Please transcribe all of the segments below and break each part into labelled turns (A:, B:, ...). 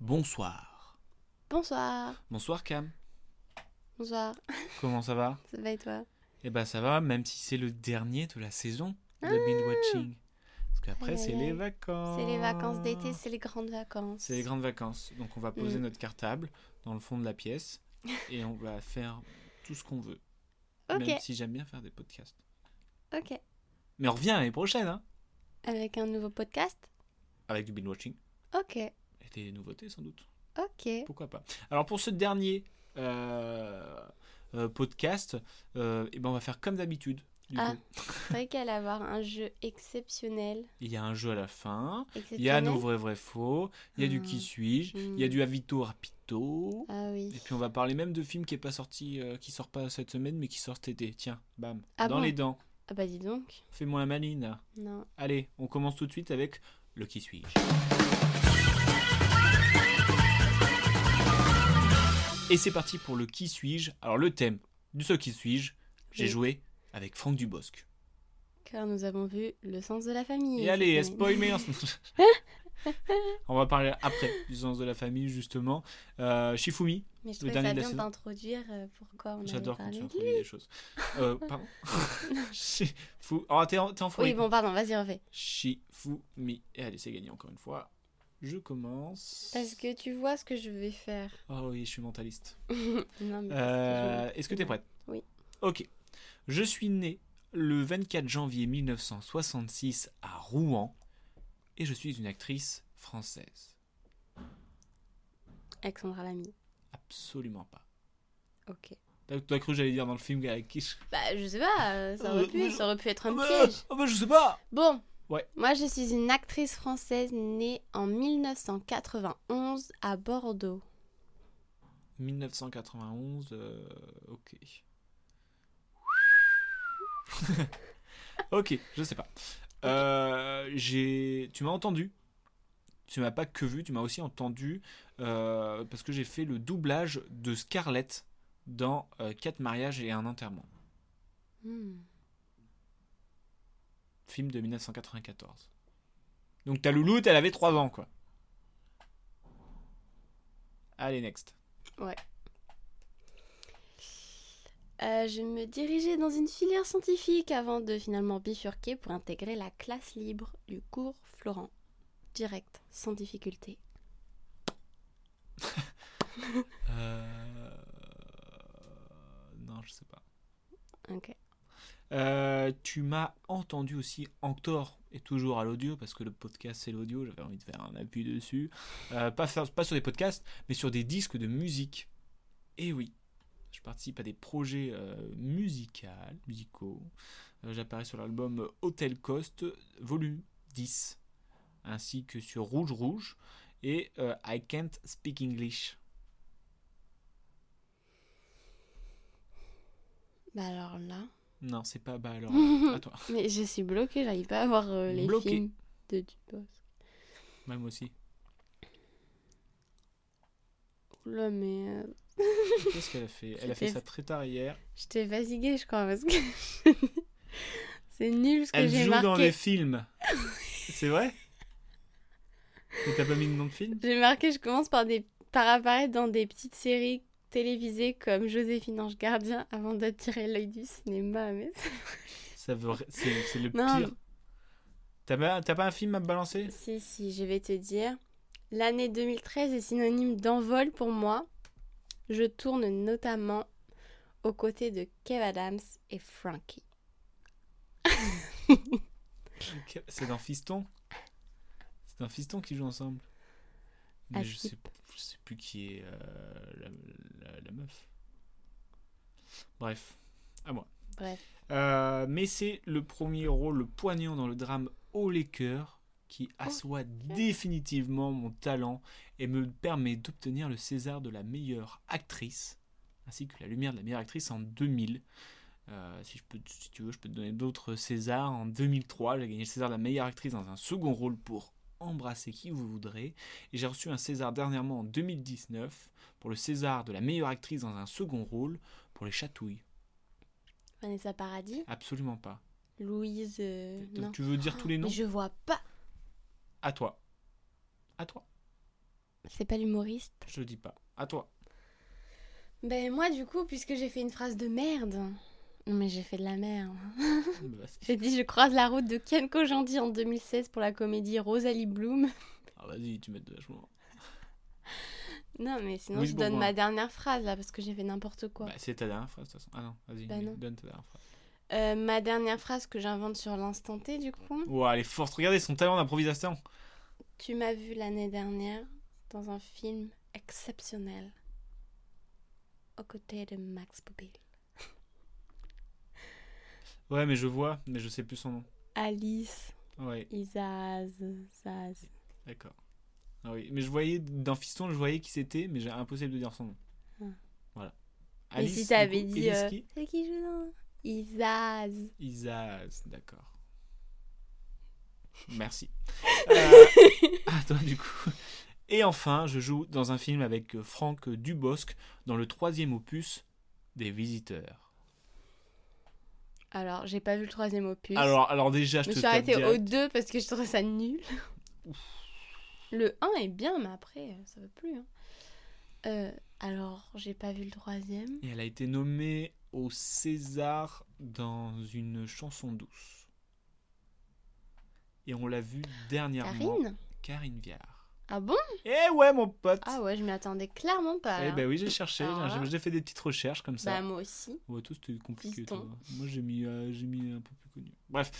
A: Bonsoir.
B: Bonsoir.
A: Bonsoir Cam.
B: Bonsoir.
A: Comment ça va
B: Ça va et toi
A: Eh ben ça va, même si c'est le dernier de la saison de Binge Watching. Parce qu'après
B: Aïe,
A: c'est
B: aïe,
A: les
B: aïe.
A: vacances.
B: Ah. C'est les vacances d'été, c'est les grandes vacances.
A: C'est les grandes vacances. Donc on va poser
B: Mm.
A: notre cartable dans le fond de la pièce et on va faire tout ce qu'on veut.
B: Ok,
A: Même si j'aime bien faire des podcasts.
B: ok.
A: Mais on revient l'année prochaine, hein
B: Avec un nouveau podcast
A: Avec du binge watching
B: Ok,
A: et des nouveautés sans doute.
B: ok.
A: Pourquoi pas Alors pour ce dernier euh, euh, podcast, euh, eh ben on va faire comme d'habitude. du
B: Ah.
A: coup.
B: Je croyais qu'elle allait avoir un jeu exceptionnel.
A: Il y a un jeu à la fin,
B: exceptionnel.
A: il y a nos vrai vrai faux, il y a du
B: Ah.
A: qui suis-je, il y a
B: Hmm.
A: du avito rapito.
B: Ah
A: Et
B: oui.
A: puis on va parler même de film qui est pas sorti, euh, qui sort pas cette semaine mais qui sort cet été. Tiens, bam,
B: Ah
A: dans
B: bon
A: les dents.
B: Ah bah dis donc.
A: Fais-moi la maline. là.
B: Non.
A: Allez, on commence tout de suite avec le qui suis-je. Et c'est parti pour le qui suis-je. Alors le thème du ce qui suis-je, j'ai
B: Oui.
A: joué avec Franck Dubosc.
B: Car nous avons vu le sens de la famille.
A: Et allez,
B: cette semaine.
A: spoiler On va parler après du sens de la famille justement. Euh, Shifumi,
B: Mais
A: le
B: je trouvais
A: dernier
B: ça
A: de la
B: bien
A: saison.
B: d'introduire euh, pourquoi on avait
A: j'adore quand tu
B: parlé de
A: introduis
B: lui.
A: des choses. Euh, pardon. Shifu... Oh, t'es en, t'es en
B: Oui,
A: folie.
B: bon, pardon, vas-y, refais.
A: Shifumi. Et allez, c'est gagné encore une fois. Je commence.
B: Parce que tu vois ce que je vais faire.
A: Oh oui, je suis mentaliste.
B: Non, mais
A: Euh,
B: parce que je-
A: Est-ce que tu es prête
B: Oui.
A: Ok. Je suis né le 24 janvier 1966 à Rouen et je suis une actrice française.
B: Alexandra Lamy.
A: Absolument pas.
B: Ok.
A: T'as t'as cru que j'allais dire dans le film avec qui je...
B: Bah, je sais pas, euh, ça
A: Euh,
B: aurait pu,
A: mais-
B: ça aurait pu être un
A: Ah bah,
B: piège.
A: ah bah, je sais pas
B: Bon.
A: Ouais.
B: Moi, je suis une actrice française née en 1991 à Bordeaux.
A: 1991, euh, ok. ok, je sais pas. Euh, j'ai, tu m'as entendu. Tu m'as pas que vu, tu m'as aussi entendu euh, parce que j'ai fait le doublage de Scarlett dans 4 mariages et un enterrement,
B: Hmm.
A: film de 1994. Donc ta louloute, elle avait 3 ans quoi. Allez, next.
B: Euh, je me dirigeais dans une filière scientifique avant de finalement bifurquer pour intégrer la classe libre du cours Florent. Direct, sans difficulté.
A: Euh... Non, je sais pas.
B: Ok.
A: Euh, tu m'as entendu aussi encore et toujours à l'audio parce que le podcast c'est l'audio. J'avais envie de faire un appui dessus. Euh, pas, faire- pas sur des podcasts, mais sur des disques de musique. Et oui, je participe à des projets euh, musicales, musicaux. Euh, J'apparais sur l'album Hotel Cost volume 10, ainsi que sur Rouge Rouge et euh, I Can't Speak English.
B: Bah alors là.
A: Non, c'est pas bah alors. euh, à toi.
B: Mais je suis bloquée, j'arrive pas à voir euh, les
A: Bloquée.
B: films de Dubosc.
A: Même aussi.
B: Oula, mais euh,
A: Qu'est-ce qu'elle a fait Elle a fait
B: C'était-
A: ça très tard hier.
B: je t'ai fatiguée, je crois, parce que. C'est nul ce que
A: Elle
B: j'ai
A: joue dans
B: marqué.
A: les films. c'est vrai Mais t'as pas mis le nom de film
B: J'ai marqué, je commence par, des, par apparaître dans des petites séries télévisées comme Joséphine Ange Gardien avant d'attirer l'œil du cinéma. Mais
A: Ça veut... ri- C'est c'est le
B: Non.
A: pire. T'as pas, t'as pas un film à me balancer
B: si, si, je vais te dire. L'année 2013 est synonyme d'envol pour moi. Je tourne notamment aux côtés de Kev Adams et Frankie.
A: Ok, C'est dans Fiston C'est dans Fiston qui joue ensemble. Mais
B: Ah,
A: je
B: skip.
A: sais, je sais plus qui est euh, la, la- la meuf. Bref, à moi.
B: Bref.
A: Euh, mais c'est le premier rôle poignant dans le drame Haut les cœurs qui assoit définitivement mon talent et me permet d'obtenir le César de la meilleure actrice, ainsi que la Lumière de la meilleure actrice en 2000. Euh, si, je peux, si tu veux, je peux te donner d'autres Césars. En 2003, j'ai gagné le César de la meilleure actrice dans un second rôle pour Embrasser qui vous voudrez. Et j'ai reçu un César dernièrement en 2019 pour le César de la meilleure actrice dans un second rôle pour Les Chatouilles.
B: Vanessa Paradis,
A: Absolument pas.
B: Louise. euh,
A: Donc,
B: non.
A: tu veux dire tous les noms
B: Mais je vois pas.
A: À toi. À toi.
B: C'est pas l'humoriste.
A: Je le dis pas. À toi.
B: Ben moi du coup, puisque j'ai fait une phrase de merde. Non mais j'ai fait de la merde.
A: Vas-y.
B: J'ai dit je croise la route de Ken Kojandi en 2016 pour la comédie Rosalie Bloom.
A: Ah, vas-y, tu m'aides de vachement.
B: Non mais sinon
A: Oui,
B: je
A: bon, hein.
B: donne
A: moi.
B: ma dernière phrase là parce que j'ai fait n'importe quoi.
A: Bah, c'est ta dernière phrase, de toute façon. Ah non, vas-y,
B: Bah non.
A: donne ta dernière phrase.
B: Euh, ma dernière phrase que j'invente sur l'instant T du coup.
A: Ouah, elle est forte. Regardez son talent d'improvisation.
B: Tu m'as vu l'année dernière dans un film exceptionnel aux côtés de Max Boublil.
A: Ouais, mais je vois, mais je sais plus son nom.
B: Alice,
A: Ouais,
B: Isaz, Zaz.
A: d'accord. Ah oui, mais je voyais d'un fiston, je voyais qui c'était, mais j'ai impossible de dire son nom.
B: Ah.
A: Voilà.
B: Et si
A: Alice,
B: t'avais
A: du coup,
B: dit
A: Alice
B: euh,
A: qui
B: c'est qui joue dans Isaz.
A: Isaz, d'accord. Merci. Euh, à toi, du coup. Et enfin, je joue dans un film avec euh, Franck Dubosc dans le troisième opus des Visiteurs.
B: Alors, j'ai pas vu le troisième opus.
A: Alors, alors déjà, je
B: je me
A: te
B: suis
A: tape
B: arrêtée au
A: direct.
B: 2 parce que je trouvais ça nul. Le 1 est bien, mais après, euh, ça va plus. hein. Euh, alors, j'ai pas vu le troisième.
A: Et elle a été nommée au César dans une chanson douce. Et on l'a vue dernièrement.
B: Karine
A: Karine Viard.
B: Ah bon
A: Eh ouais, mon pote
B: Ah ouais, je m'y attendais clairement pas.
A: Eh
B: là.
A: ben oui, j'ai cherché,
B: Alors là.
A: j'ai- j'ai fait des petites recherches comme ça.
B: Bah, moi aussi.
A: Ouais, tout c'était compliqué.
B: Fiston.
A: toi. Moi, j'ai mis, euh, j'ai mis un peu plus connu. Bref,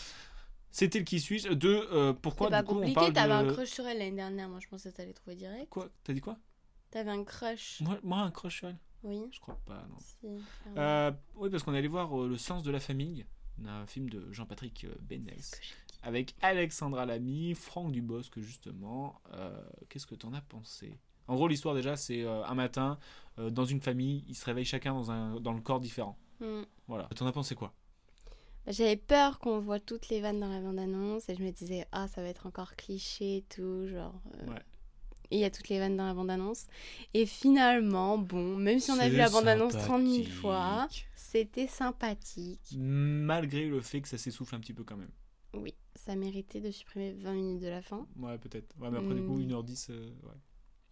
A: c'était le qui suis de euh, pourquoi
B: C'est pas
A: du coup on
B: compliqué,
A: parle
B: t'avais
A: de
B: un crush sur elle l'année dernière. Moi, je pensais que t'allais trouver direct.
A: quoi T'as dit quoi
B: T'avais un crush.
A: moi, moi, un crush sur elle
B: Oui.
A: Je crois pas. Non.
B: Si, clairement.
A: Euh, oui, parce qu'on allait voir euh, Le sens de la famille, un film de Jean-Patrick euh,
B: C'est
A: Benels
B: ce que j'ai dit.
A: avec Alexandra Lamy, Franck Dubosc justement. Euh, Qu'est-ce que t'en as pensé En gros, l'histoire déjà, c'est euh, un matin euh, dans une famille, ils se réveillent chacun dans un dans le corps différent.
B: Hmm.
A: Voilà. T'en as pensé quoi
B: J'avais peur qu'on voit toutes les vannes dans la bande-annonce et je me disais, ah, ça va être encore cliché et tout, genre. euh,
A: Ouais.
B: Et il y a toutes les vannes dans la bande-annonce. Et finalement, bon, même si on a vu
A: C'est
B: la bande-annonce 30 000
A: sympathique.
B: fois, c'était sympathique.
A: Malgré le fait que ça s'essouffle un petit peu quand même.
B: Oui, ça méritait de supprimer 20 minutes de la fin.
A: Ouais, peut-être. Ouais, mais après, du coup,
B: Mm.
A: 1h10, euh, ouais.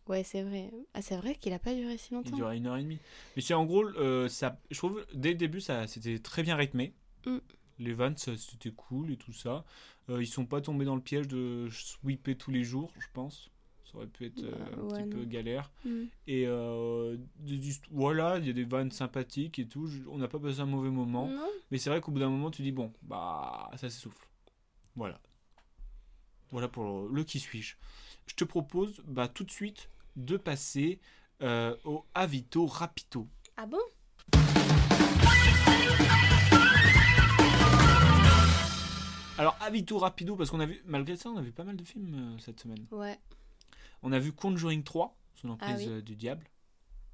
B: Ouais, c'est vrai. Ah, c'est vrai qu'il a pas duré si
A: il
B: longtemps.
A: durait 1h30. Mais c'est en gros, euh, ça, je trouve, dès le début, ça, c'était très bien rythmé.
B: Mm.
A: Les vannes, ça, c'était cool et tout ça. Euh, ils sont pas tombés dans le piège de sweeper tous les jours, je pense. Ça aurait pu être euh,
B: Bah,
A: un
B: ouais,
A: petit peu
B: non.
A: galère.
B: Hmm.
A: Et euh, des hist- voilà, il y a des vannes sympathiques et tout. Je- on n'a pas passé un mauvais moment.
B: Non.
A: Mais c'est vrai qu'au bout d'un moment, tu dis bon, bah, ça s'essouffle. Voilà. Voilà pour le, le qui suis-je. Je te propose bah, tout de suite de passer euh, au Avito Rapito.
B: Ah bon
A: Alors, Avito Rapido, parce qu'on a vu, malgré ça, on a vu pas mal de films euh, cette semaine.
B: Ouais.
A: On a vu Conjuring 3, sous l'emprise
B: Ah oui.
A: euh, du diable.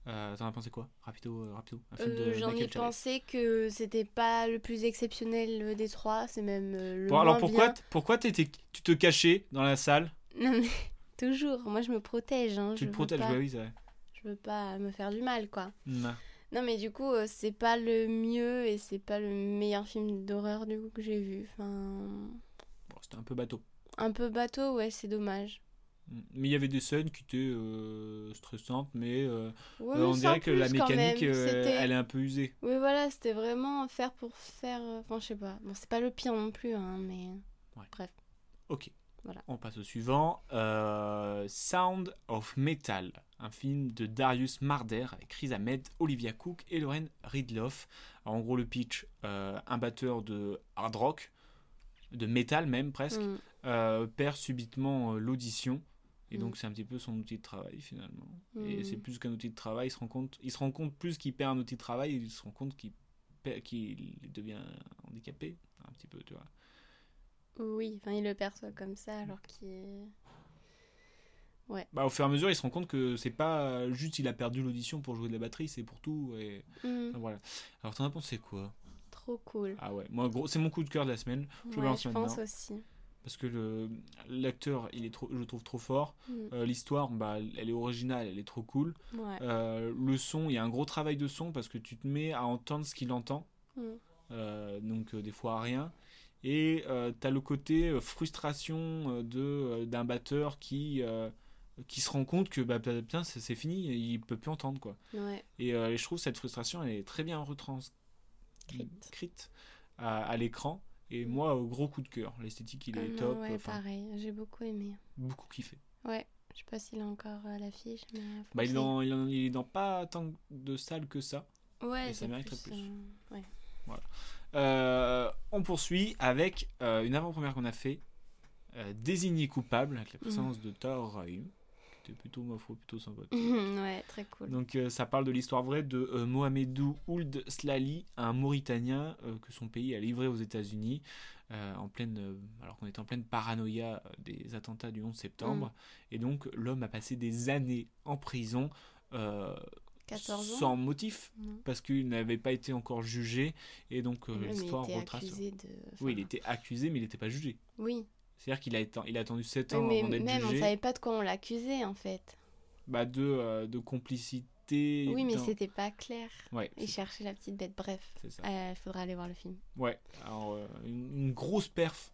A: Euh, T'en as pensé quoi Rapido, euh, Rapido un film
B: Euh,
A: de
B: J'en ai
A: Michael Chavez.
B: pensé que c'était pas le plus exceptionnel euh, des trois, c'est même euh, le
A: Bon, alors
B: moins
A: pourquoi,
B: bien.
A: t- pourquoi t'étais- tu te cachais dans la salle
B: Non mais toujours, moi je me protège. Hein,
A: Tu
B: je
A: te
B: veux
A: protèges,
B: pas-
A: bah oui, c'est vrai. Mmh.
B: Je veux pas me faire du mal quoi.
A: Non.
B: Non mais du coup euh, c'est pas le mieux et c'est pas le meilleur film d'horreur du coup que j'ai vu. Enfin
A: Bon, C'était un peu bateau.
B: un peu bateau ouais c'est dommage.
A: Mm. Mais il y avait des scènes qui étaient euh, stressantes, mais euh,
B: Ouais,
A: euh,
B: mais
A: on
B: sans
A: dirait que la
B: plus, quand
A: mécanique,
B: même.
A: euh,
B: C'était-
A: elle est un peu usée.
B: Oui voilà c'était vraiment faire pour faire. euh, Enfin je sais pas. Bon c'est pas le pire non plus hein mais.
A: Ouais.
B: Bref.
A: Ok.
B: Voilà.
A: On passe au suivant. Euh, Sound of Metal, un film de Darius Marder avec Riz Ahmed, Olivia Cook et Lauren Ridloff. Alors, en gros, le pitch, euh, un batteur de hard rock, de métal même presque,
B: Hmm.
A: euh, perd subitement euh, l'audition. Et
B: Mm.
A: donc, c'est un petit peu son outil de travail, finalement.
B: Mm.
A: Et c'est plus qu'un outil de travail. Il se rend compte, il se rend compte plus qu'il perd un outil de travail, il se rend compte qu'il perd- qu'il devient handicapé, un petit peu, tu vois.
B: Oui, enfin, il le perçoit comme ça alors qu'il est...
A: Bah, au fur et à mesure, ils se rendent compte que c'est pas juste il a perdu l'audition pour jouer de la batterie, c'est pour tout. Et...
B: Hmm,
A: Voilà. Alors, t'en as pensé quoi
B: trop cool.
A: Ah ouais, moi, gros, c'est mon coup de cœur de la semaine. Je
B: Ouais,
A: balance
B: je
A: maintenant.
B: pense aussi.
A: Parce que le- l'acteur, il est trop, je le trouve trop fort.
B: Mm.
A: Euh, L'histoire, bah, elle est originale, elle est trop cool.
B: Ouais.
A: Euh, le son, il y a un gros travail de son parce que tu te mets à entendre ce qu'il entend.
B: Mm.
A: Euh, donc euh, des fois à rien. Et euh, t'as le côté euh, frustration euh, de euh, d'un batteur qui euh, qui se rend compte que bah putain, c'est c'est fini, il peut plus entendre quoi.
B: Ouais.
A: Et euh, je trouve cette frustration, elle est très bien retranscrite
B: Crite.
A: à, à l'écran. Et moi, au gros coup de cœur, l'esthétique, il
B: Mm. Ah
A: est
B: non,
A: top.
B: ouais,
A: Enfin,
B: pareil, j'ai beaucoup aimé.
A: beaucoup kiffé.
B: Ouais, je sais pas s'il a encore euh, l'affiche, mais... euh, faut
A: Bah, il, est
B: qu'il-
A: dans, il, en- il est dans pas tant de salles que ça.
B: Ouais,
A: et ça
B: c'est
A: mériterait plus.
B: euh, ouais.
A: Euh, on poursuit avec euh, une avant-première qu'on a fait, euh, désigné coupable, avec la présence de Thor Rahim, qui était plutôt, ma foi, plutôt sympa.
B: ouais, très cool.
A: Donc euh, ça parle de l'histoire vraie de euh, Mohamedou Ould Slali, un Mauritanien euh, que son pays a livré aux États-Unis euh, en pleine, euh, alors qu'on était en pleine paranoïa euh, des attentats du 11 septembre. Et donc l'homme a passé des années en prison euh,
B: 14 ans
A: sans motif
B: Non.
A: parce qu'il n'avait pas été encore jugé et donc euh,
B: Ouais, mais il
A: l'histoire
B: était
A: retrace.
B: accusé de...
A: Oui, il
B: enfin,
A: était accusé mais il n'était pas jugé.
B: Oui,
A: C'est-à-dire qu'il a, été- il a attendu 7 ans
B: mais
A: avant d'être
B: même on
A: jugé
B: savait pas de quoi on l'accusait en fait.
A: bah, de, euh, de complicité.
B: Oui, mais
A: dans-
B: c'était pas clair.
A: Ouais,
B: Il
A: c'est-
B: cherchait la petite bête. Bref, Euh,
A: c'est ça.
B: il faudra aller voir le film.
A: Ouais, alors euh, une, une grosse perf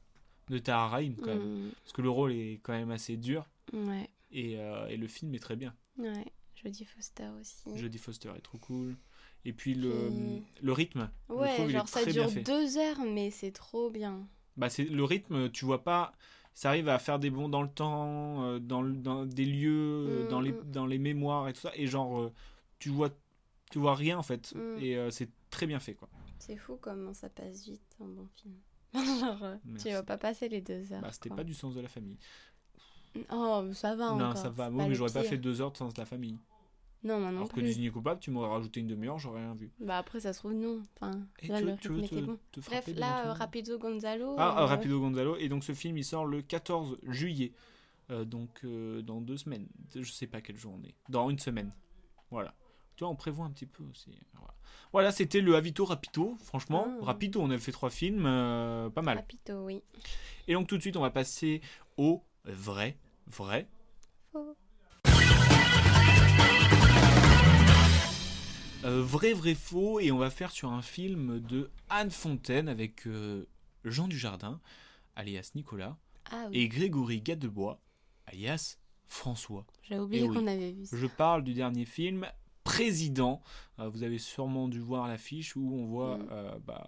A: de Tahar Rahim, quand même. Parce que le rôle est quand même assez dur
B: Mm, ouais,
A: et, euh, et le film est très bien.
B: ouais. Jodie Foster aussi.
A: Jodie Foster est trop cool. Et puis le,
B: Puis-
A: le rythme. je
B: Ouais,
A: trouve, il est
B: genre ça
A: très bien
B: dure
A: fait.
B: deux heures, mais c'est trop bien.
A: Bah, c'est le rythme, tu vois pas. Ça arrive à faire des bonds dans le temps, euh, dans, le- dans des lieux, euh,
B: Mm,
A: dans, les,
B: mm.
A: dans les mémoires et tout ça. Et genre, euh, tu vois, tu vois rien en fait.
B: Mm.
A: Et euh, c'est très bien fait quoi.
B: C'est fou comment ça passe vite un bon film. genre, euh,
A: Merci.
B: tu vas pas passer les deux heures.
A: Bah, c'était
B: quoi.
A: pas du sens de la famille.
B: Oh, mais ça va
A: non,
B: encore.
A: ça va.
B: c'est
A: Oui,
B: pas
A: mais
B: le
A: j'aurais pas
B: pire.
A: fait deux heures de sens de la famille.
B: Non, moi non
A: Alors que
B: plus.
A: désigné coupable, tu m'aurais rajouté une demi-heure, j'aurais rien vu.
B: Bah après, ça se trouve, non. Enfin,
A: Et
B: là,
A: tu,
B: le
A: tu
B: rythme
A: veux
B: était
A: te,
B: bon.
A: te
B: Bref,
A: frapper de
B: là,
A: ton-
B: euh, Rapido Gonzalo.
A: Ah, euh,
B: euh,
A: Rapido Gonzalo. Et donc ce film, il sort le 14 juillet. Euh, donc euh, dans deux semaines. Je sais pas quel jour on est. Dans une semaine. Voilà. Tu vois, on prévoit un petit peu aussi. Voilà, Voilà, c'était le Avito Rapido. Franchement,
B: Ah.
A: Rapido, on a fait trois films. euh, pas mal.
B: Rapido, oui.
A: Et donc tout de suite, on va passer au vrai, vrai.
B: Faux.
A: Euh, vrai, vrai, faux. Et on va faire sur un film de Anne Fontaine avec euh, Jean Dujardin, alias Nicolas,
B: Ah oui,
A: et Grégory Gadebois, alias François.
B: j'avais oublié
A: oui.
B: qu'on avait vu ça.
A: Je parle du dernier film, Président. Euh, vous avez sûrement dû voir l'affiche où on voit
B: Mm.
A: euh, bah,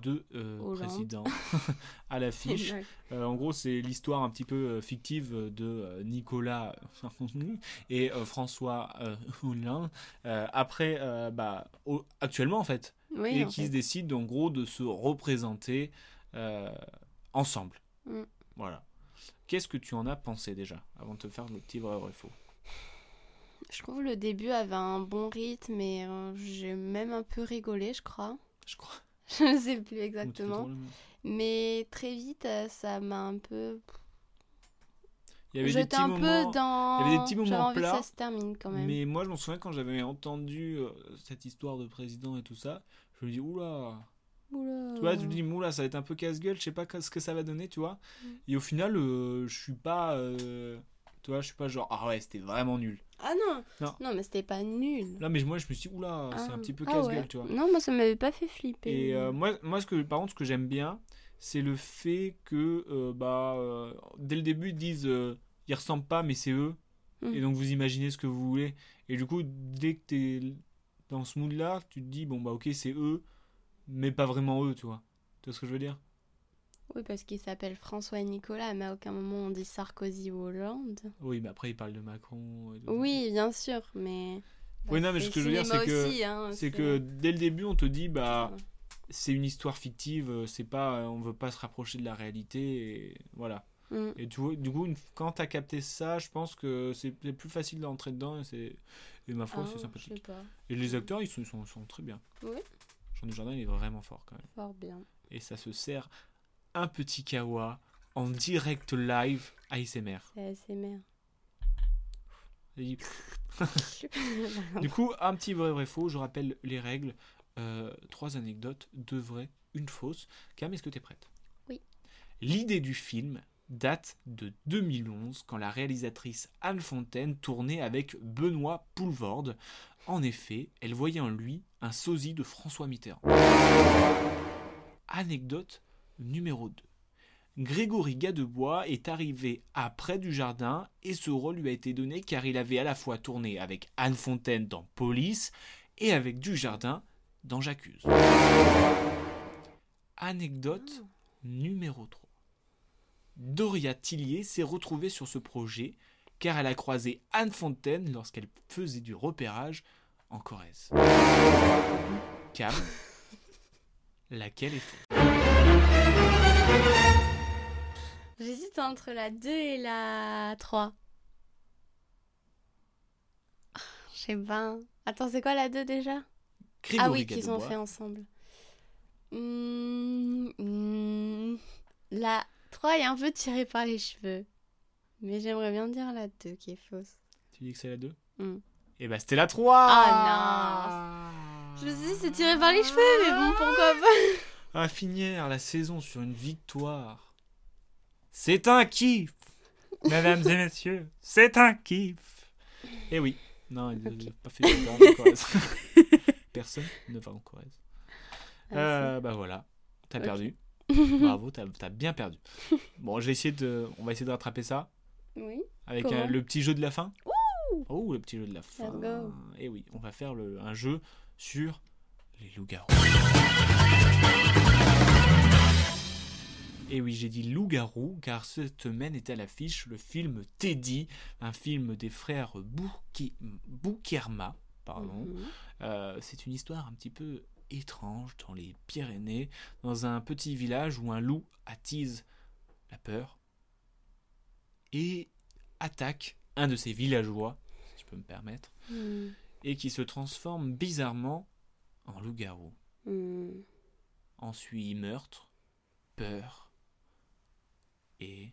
A: deux euh,
B: Hollande.
A: présidents à l'affiche.
B: C'est dingue.
A: Euh, en gros, c'est l'histoire un petit peu euh, fictive euh, de euh, Nicolas et euh, François euh, Hollande euh, après, euh, bah, au- actuellement en fait,
B: Oui,
A: et
B: en
A: qui
B: fait.
A: se décident en gros de se représenter euh, ensemble.
B: Mm.
A: Voilà. Qu'est-ce que tu en as pensé déjà avant de te faire le petit vrai vrai faux
B: Je trouve le début avait un bon rythme et euh, j'ai même un peu rigolé, je crois.
A: Je crois.
B: Je ne sais plus
A: Oh, tu fais
B: exactement.
A: drôlement.
B: Mais très vite, euh, ça m'a un peu.
A: Il y avait des
B: J'étais
A: petits
B: un
A: moments.
B: peu dans.
A: il y avait des petits moments
B: J'avais envie que
A: plats,
B: ça se termine quand même.
A: Mais moi, je m'en souviens quand j'avais entendu euh, cette histoire de président et tout ça, je me dis oula.
B: Oula.
A: Tu vois,
B: Mm.
A: tu te dis, moula, ça va être un peu casse-gueule, je sais pas ce que ça va donner, tu vois. Et au final, euh, je suis pas. euh, tu vois, je suis pas genre, ah ouais, c'était vraiment nul.
B: Ah non
A: Non.
B: Non, mais c'était pas nul.
A: Là, mais moi, je me suis dit, oula, c'est
B: Ah.
A: un petit peu
B: Ah
A: casse-gueule,
B: ouais.
A: tu vois.
B: Non, moi ça m'avait pas fait flipper.
A: Et euh, moi, moi ce que, par contre, ce que j'aime bien, c'est le fait que, euh, bah, euh, dès le début, ils disent, euh, ils ressemblent pas, mais c'est eux.
B: Mm.
A: Et donc, vous imaginez ce que vous voulez. Et du coup, dès que t'es dans ce mood-là, tu te dis, bon, bah, ok, c'est eux, mais pas vraiment eux, tu vois. Tu vois ce que je veux dire
B: Oui, parce qu'il s'appelle François et Nicolas, mais à aucun moment on dit Sarkozy ou Hollande.
A: Oui, mais après, ils parlent de Macron. et de-
B: Oui, bien sûr, mais. bah,
A: Oui, non, mais
B: c'est
A: ce que je veux dire,
B: cinéma
A: c'est que-
B: aussi, hein,
A: C'est que dès le début, on te dit, bah, c'est une histoire fictive, euh, c'est pas, euh, on veut pas se rapprocher de la réalité, et voilà.
B: Mm.
A: Et tu vois, du coup, une- quand t'as capté ça, je pense que c'est c'est plus facile d'entrer dedans, et, c'est- et ma foi,
B: Ah,
A: c'est
B: Je sais
A: sympathique.
B: pas.
A: Et les acteurs, ils sont, ils sont, sont très bien.
B: Oui.
A: Jean Dujardin, il est vraiment fort quand même.
B: Fort bien.
A: Et ça se sert un petit kawa en direct live ASMR.
B: C'est ASMR.
A: Et- Du coup, un petit vrai vrai faux, je rappelle les règles. Euh, trois anecdotes, deux vraies, une fausse. Cam, est-ce que tu es prête
B: Oui.
A: L'idée du film date de 2011 quand la réalisatrice Anne Fontaine tournait avec Benoît Poulvorde. En effet, elle voyait en lui un sosie de François Mitterrand. Anecdote numéro 2. Grégory Gadebois est arrivé après du jardin et ce rôle lui a été donné car il avait à la fois tourné avec Anne Fontaine dans Police et avec Dujardin dans J'accuse. Anecdote numéro 3. Doria Tillier s'est retrouvée sur ce projet car elle a croisé Anne Fontaine lorsqu'elle faisait du repérage en Corrèze. Cam, laquelle est fausse
B: J'hésite entre la 2 et la 3. Ah, Je sais pas. Attends, c'est quoi la 2 déjà Ah
A: Grégory
B: oui, qu'ils ont
A: Gadebois.
B: fait ensemble. Hmm, hmm. La 3 est un peu tirée par les cheveux. Mais j'aimerais bien dire la 2 qui est fausse.
A: Tu dis que c'est la 2
B: Mm.
A: Et bah c'était la 3
B: Ah, Je me suis dit, c'est tiré par les cheveux, mais bon, pourquoi pas
A: Ah, finir la saison sur une victoire. C'est un kiff Mesdames et messieurs, c'est un kiff Eh oui, non, il n'a pas fait de victoire en Corrèze. Personne ne va en Corrèze. Euh, bah voilà, t'as
B: Ah, Ok.
A: perdu. Bravo, t'as as bien perdu. Bon, j'ai essayé de, on va essayer de rattraper ça
B: Oui.
A: avec
B: Comment
A: euh, le petit jeu de la fin. oh, le petit jeu de la fin.
B: go.
A: Et oui, on va faire le- un jeu sur les loups-garous. Et Eh oui, j'ai dit loup-garou car cette semaine est à l'affiche le film Teddy, un film des frères Bouki- Boukerma. Pardon.
B: Mhm.
A: Euh, c'est une histoire un petit peu étrange dans les Pyrénées, dans un petit village où un loup attise la peur et attaque un de ses villageois, si je peux me permettre,
B: Hmm,
A: et qui se transforme bizarrement en loup-garou.
B: hmm.
A: Ensuite, meurtre, peur et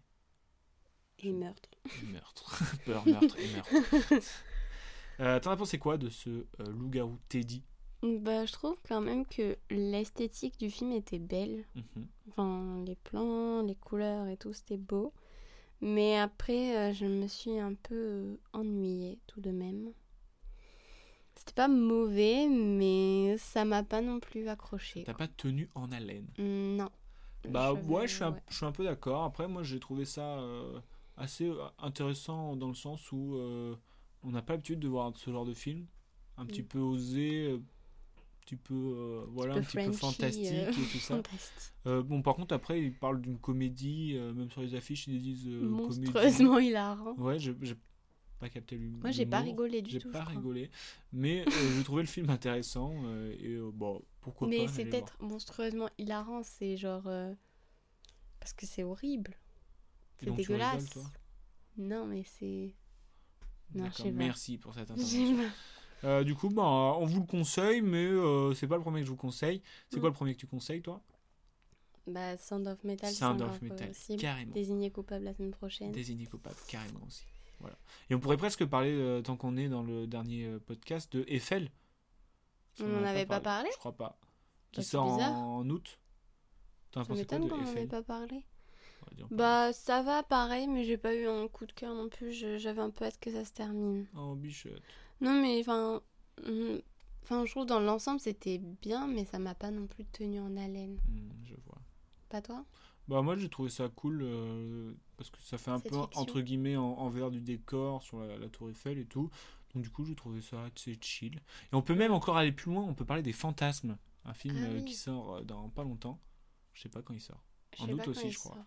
B: Et meurtre.
A: meurtre. peur, meurtre et meurtre. Euh, T'en as pensé quoi de ce euh, loup-garou Teddy
B: Bah, je trouve quand même que l'esthétique du film était belle.
A: Mhm.
B: Enfin, les plans, les couleurs et tout, c'était beau. Mais après, euh, je me suis un peu euh, ennuyée tout de même. C'était pas mauvais, mais ça m'a pas non plus accroché.
A: T'as pas tenu en haleine
B: Non.
A: Bah ouais,
B: vais-
A: je suis un,
B: ouais.
A: je suis un peu d'accord. Après, moi, j'ai trouvé ça euh, assez euh, intéressant dans le sens où euh, on n'a pas l'habitude de voir ce genre de film, un petit
B: Mm.
A: peu osé, euh, un petit peu euh, voilà,
B: peu
A: un petit peu
B: Frenchy, euh,
A: fantastique et tout ça.
B: Fantastique.
A: Euh, bon, par contre, après, ils parlent d'une comédie, euh, même sur les affiches, ils disent euh, comédie.
B: Monstrueusement hilarant.
A: Ouais, j'ai j'ai pas capté lui.
B: Moi, j'ai pas rigolé du
A: J'ai
B: tout.
A: pas
B: je crois.
A: rigolé, mais euh, j'ai trouvé le film intéressant euh, et euh, bon, pourquoi pas.
B: Mais
A: j'allais
B: c'est
A: voir.
B: peut-être monstrueusement hilarant, c'est genre. euh, Parce que c'est horrible.
A: Et
B: C'est
A: donc, tu
B: dégueulasse.
A: rigoles, toi
B: non, mais c'est. Non, je
A: D'accord,
B: sais pas.
A: Merci pour cette intervention.
B: J'ai pas-
A: Euh, du coup, ben, euh, on vous le conseille, mais euh, c'est pas le premier que je vous conseille. C'est
B: Mm.
A: quoi le premier que tu conseilles, toi
B: Bah, Sound of Metal,
A: Sound
B: c'est
A: of
B: encore
A: Metal,
B: possible.
A: carrément.
B: Désigné coupable la semaine prochaine.
A: Désigné coupable, carrément aussi. Voilà. Et on pourrait presque parler, euh, tant qu'on est dans le dernier euh, podcast, de Eiffel. Parce
B: On
A: qu'on en
B: n'en
A: a
B: avait pas parlé
A: Je crois pas. Qui
B: Bah, c'est
A: sort
B: bizarre.
A: en, en août. T'en as
B: Ça
A: pensé quoi de
B: m'étonne qu'on n'en ait
A: Eiffel
B: pas parlé.
A: Ouais, dis donc.
B: Bah, ça va pareil, mais j'ai pas eu un coup de cœur non plus. je- J'avais un peu hâte que ça se termine.
A: Oh, bichette.
B: Non, mais enfin. hum, Enfin, je trouve dans l'ensemble c'était bien, mais ça m'a pas non plus tenu en haleine.
A: Hmm, je vois.
B: Pas toi
A: Bah moi j'ai trouvé ça cool euh, parce que ça fait un
B: Cette
A: peu
B: fiction.
A: entre guillemets en, envers du décor sur la, la tour Eiffel et tout. Donc du coup j'ai trouvé ça assez chill. Et on peut même encore aller plus loin, on peut parler des fantasmes. Un film
B: Ah
A: euh,
B: oui.
A: qui sort euh, dans pas longtemps. Je sais pas quand il sort. En
B: sais
A: août
B: pas quand
A: aussi,
B: il
A: je crois.
B: sort.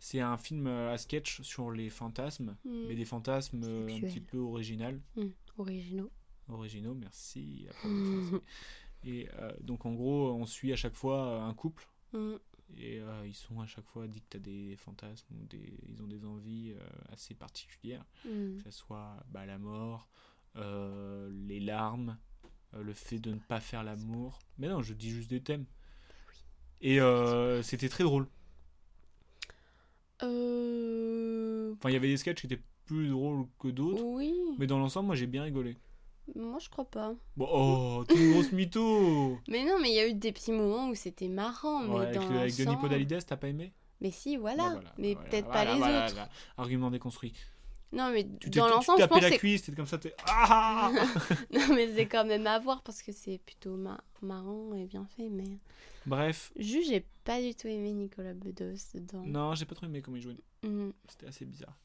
A: C'est un film euh, à sketch sur les fantasmes,
B: Hmm.
A: mais des fantasmes euh, un
B: Sexuels.
A: petit peu original,
B: Hmm, Originaux.
A: originaux, merci. la prononciation. et euh, donc en gros on suit à chaque fois euh, un couple
B: Hmm.
A: Et euh, ils sont à chaque fois addicts à des fantasmes, ou des, ils ont des envies euh, assez particulières,
B: Hmm.
A: que ce soit bah, la mort, euh, les larmes, euh, le fait de ne pas faire l'amour. Mais non, je dis juste des thèmes. Et euh, c'était très drôle.
B: Euh...
A: Enfin, il y avait des sketchs qui étaient plus drôles que d'autres,
B: Oui.
A: mais dans l'ensemble, moi j'ai bien rigolé.
B: Moi, je crois pas.
A: Bon, oh, t'es une grosse mytho
B: Mais non, mais il y a eu des petits moments où c'était marrant, mais
A: Ouais, Avec,
B: dans
A: le- avec Denis
B: l'ensemble-
A: Podalides, t'as pas aimé
B: Mais si, voilà.
A: Bah, voilà,
B: mais
A: voilà,
B: peut-être
A: voilà,
B: pas les
A: voilà,
B: autres.
A: voilà. Argument déconstruit.
B: Non, mais
A: Tu t'es
B: dans
A: tu t'es
B: l'ensemble, je
A: tapé
B: pense
A: la
B: que
A: cuisse, t'es comme ça, t'es. Ah
B: Non, mais c'est quand même à voir parce que c'est plutôt ma- marrant et bien fait. Mais
A: Bref,
B: juste, j'ai pas du tout aimé Nicolas Bedos dedans.
A: non, j'ai pas trop aimé comment il jouait.
B: Mm,
A: C'était assez bizarre.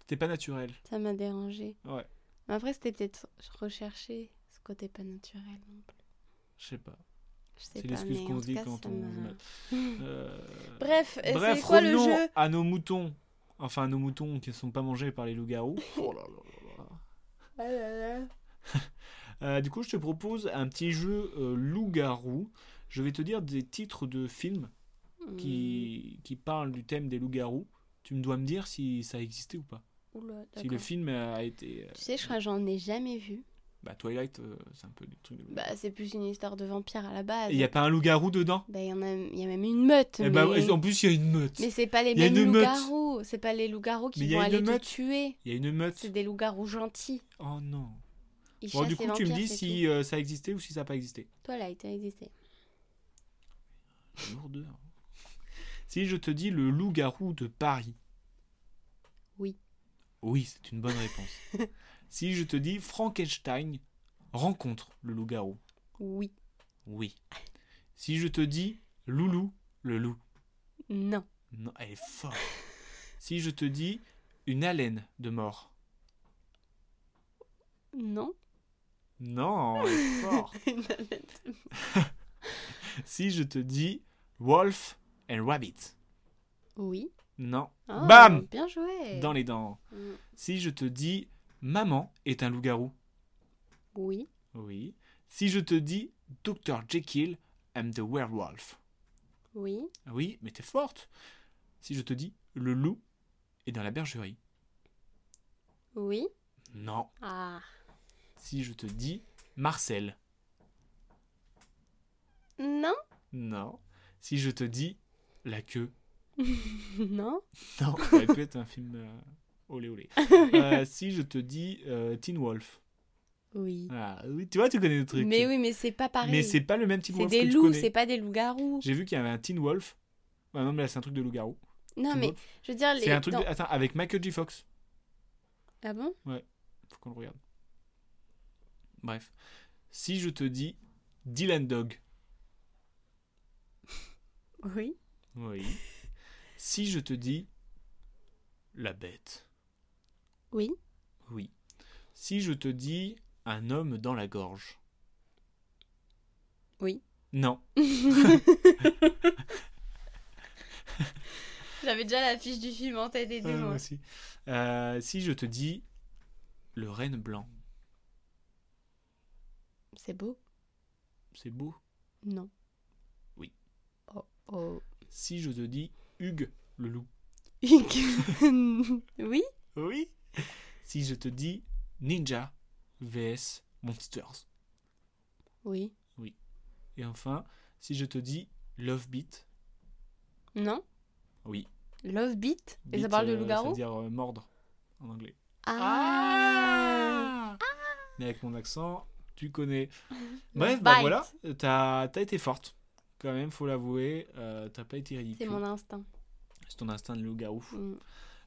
A: C'était pas naturel.
B: ça m'a dérangé.
A: Ouais,
B: Mais après, c'était peut-être recherché ce côté pas naturel non plus.
A: je sais pas.
B: Je sais
A: C'est
B: pas.
A: l'excuse
B: mais
A: qu'on
B: en
A: se
B: tout
A: dit
B: cas,
A: quand
B: ça
A: on.
B: m'a-
A: Euh,
B: Bref, euh, c'est
A: Bref,
B: quoi le
A: revenons
B: jeu
A: à nos moutons. Enfin, à nos moutons qui ne sont pas mangés par les loups-garous. Oh là là là Ah là. Euh, du coup, je te propose un petit jeu euh, loup-garou. Je vais te dire des titres de films
B: Mm.
A: qui,
B: Hmm.
A: qui parlent du thème des loups-garous. Tu me dois me dire si ça existait ou pas.
B: Mm, oula,
A: Si le
B: d'accord.
A: film a été. euh,
B: Tu sais, je crois que j'en ai jamais vu.
A: bah, Twilight, euh, c'est un peu du truc de loup-garou.
B: Bah, c'est plus une histoire de vampire à la base.
A: Et il n'y a pas un loup-garou dedans
B: Bah, il y en a, il y a même une meute.
A: Eh ben,
B: mais-
A: En plus, il y a une meute.
B: Mais c'est pas
A: Y
B: les
A: a
B: mêmes
A: une meute.
B: loups-garous. C'est pas les loups-garous
A: Mais
B: qui
A: y a
B: vont
A: une
B: aller te
A: meute.
B: tuer.
A: Il y a une meute.
B: C'est des loups-garous gentils.
A: Oh non.
B: Ils
A: Bon,
B: chassent
A: du
B: les
A: coup, tu me
B: vampires,
A: dis
B: c'est
A: si euh, ça existait ou si ça n'a pas existé.
B: tout. Twilight a existé.
A: Lourdeur. hein. Si je te dis le loup-garou de Paris.
B: Oui.
A: Oui, c'est une bonne réponse. si je te dis Frankenstein rencontre le loup-garou.
B: Oui.
A: Oui. Si je te dis Loulou, le loup.
B: Non.
A: Non, elle est forte. si je te dis une haleine de mort.
B: Non.
A: Non, elle est forte. si je te dis Wolf and Rabbit.
B: oui.
A: Non.
B: Ah,
A: Bam
B: Bien joué.
A: Dans les dents.
B: Mm.
A: Si je te dis Maman est un loup-garou.
B: Oui.
A: Oui. Si je te dis Dr. Jekyll and the werewolf.
B: Oui.
A: Oui, mais t'es forte. Si je te dis Le loup est dans la bergerie.
B: Oui.
A: Non.
B: Ah.
A: Si je te dis Marcel.
B: Non.
A: Non. Si je te dis La queue.
B: Non.
A: Non. La queue est un film. euh, Olé olé. Euh, si je te dis euh, Teen Wolf.
B: Oui.
A: Ah, oui, tu vois, tu connais le truc.
B: Mais oui, mais c'est pas pareil.
A: Mais c'est pas le même Teen
B: C'est
A: Wolf
B: des
A: que tu
B: loups,
A: connais.
B: c'est pas des loups-garous.
A: J'ai vu qu'il y avait un Teen Wolf. Ah non, mais là, c'est un truc de loup-garou.
B: Non,
A: Teen
B: mais
A: Wolf.
B: je veux dire, les.
A: C'est un truc
B: dans-
A: de- Attends, avec Michael J. Fox.
B: Ah bon
A: Faut qu'on le regarde. Bref. Si je te dis Dylan Dog.
B: Oui.
A: Oui. si je te dis La bête.
B: Oui.
A: Oui. Si je te dis Un homme dans la gorge.
B: Oui.
A: Non.
B: J'avais déjà l'affiche du film en tête et
A: Euh, moi aussi. Euh, si je te dis Le renne blanc.
B: C'est beau.
A: C'est beau.
B: Non.
A: Oui.
B: Oh oh.
A: Si je te dis Hugues le loup.
B: oui
A: Oui. Si je te dis Ninja vs Monsters.
B: Oui.
A: Et enfin, si je te dis Love Beat.
B: Non
A: Oui.
B: Love Beat Et ça
A: Beat,
B: parle de
A: euh,
B: loup-garou
A: C'est-à-dire euh, mordre en anglais.
B: Ah
A: Mais avec mon accent, tu connais.
B: Bite.
A: Bref, bah voilà, t'as as été forte. Quand même, faut l'avouer, euh, t'as pas été
B: C'est
A: ridicule.
B: mon instinct.
A: C'est ton instinct de loup-garou.
B: Mm.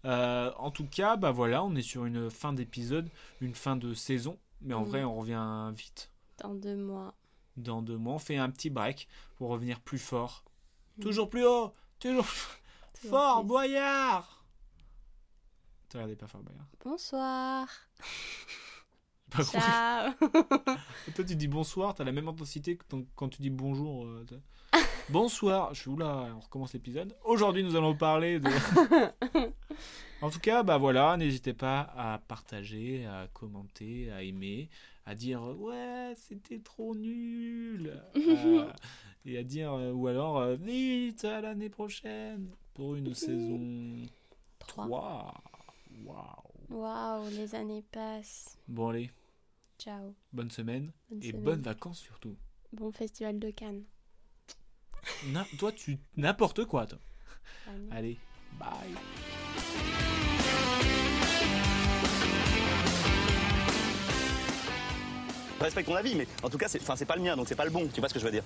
A: Euh, en tout cas, bah voilà, on est sur une fin d'épisode, une fin de saison. Mais en
B: Mm.
A: vrai, on revient vite.
B: Dans deux mois.
A: dans deux mois, on fait un petit break pour revenir plus fort.
B: Mm.
A: Toujours plus haut, toujours
B: Toujours
A: fort,
B: plus.
A: boyard. T'as regardé pas fort, boyard.
B: Bonsoir.
A: J'ai Pas compris.
B: Ciao.
A: Toi, tu dis bonsoir, t'as la même intensité que ton- quand tu dis bonjour. euh, t'as- bonsoir, je suis où là On recommence l'épisode. Aujourd'hui, nous allons parler de. en tout cas, bah voilà, n'hésitez pas à partager, à commenter, à aimer, à dire ouais, c'était trop nul, à- et à dire euh, ou alors euh, vite à l'année prochaine pour une saison
B: Trois.
A: 3. Waouh.
B: Waouh, les années passent.
A: Bon allez,
B: Ciao.
A: bonne semaine
B: Bonne
A: et
B: semaine.
A: bonnes vacances surtout.
B: Bon festival de Cannes.
A: Na- toi, tu n'importe quoi, toi.
B: Ah non.
A: Allez, bye.
C: Je respecte ton avis, mais en tout cas, c'est enfin, c'est pas le mien, donc c'est pas le bon. Tu vois ce que je veux dire